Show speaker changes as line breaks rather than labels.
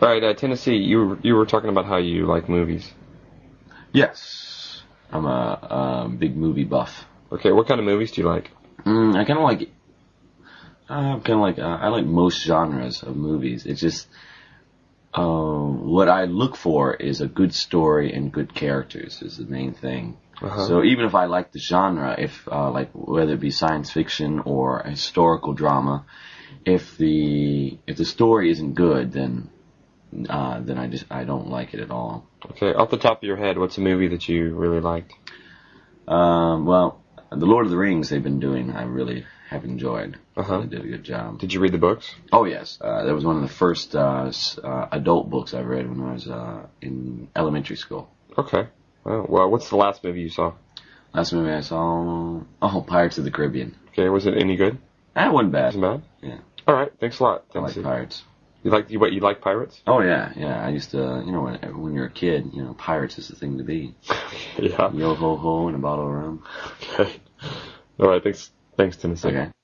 All right, uh, Tennessee. You were- you were talking about how you like movies.
Yes, I'm a, um big movie buff.
Okay, what kind of movies do you like?
Mm, I kind of like. I'm kind of like uh, I like most genres of movies. It's just um, what I look for is a good story and good characters is the main thing.
Uh-huh.
So even if I like the genre, if uh, like whether it be science fiction or a historical drama, if the if the story isn't good, then uh, then I just I don't like it at all.
Okay, off the top of your head, what's a movie that you really liked?
Um, well, the Lord of the Rings they've been doing, I really have enjoyed.
Uh-huh.
They did a good job.
Did you read the books?
Oh yes, uh, that was one of the first uh, s- uh, adult books I read when I was uh, in elementary school.
Okay. Well, well, what's the last movie you saw?
Last movie I saw, oh Pirates of the Caribbean.
Okay, was it any good?
That wasn't bad.
Wasn't bad.
Yeah,
All right, thanks a lot.
I like
Tennessee.
pirates.
you like you what you like pirates?
Oh yeah, yeah. I used to, you know, when, when you're a kid, you know, pirates is the thing to be.
yeah. Uh-huh.
Yo ho ho and a bottle of rum.
Okay. All right, thanks. Thanks, Tennessee.
Okay.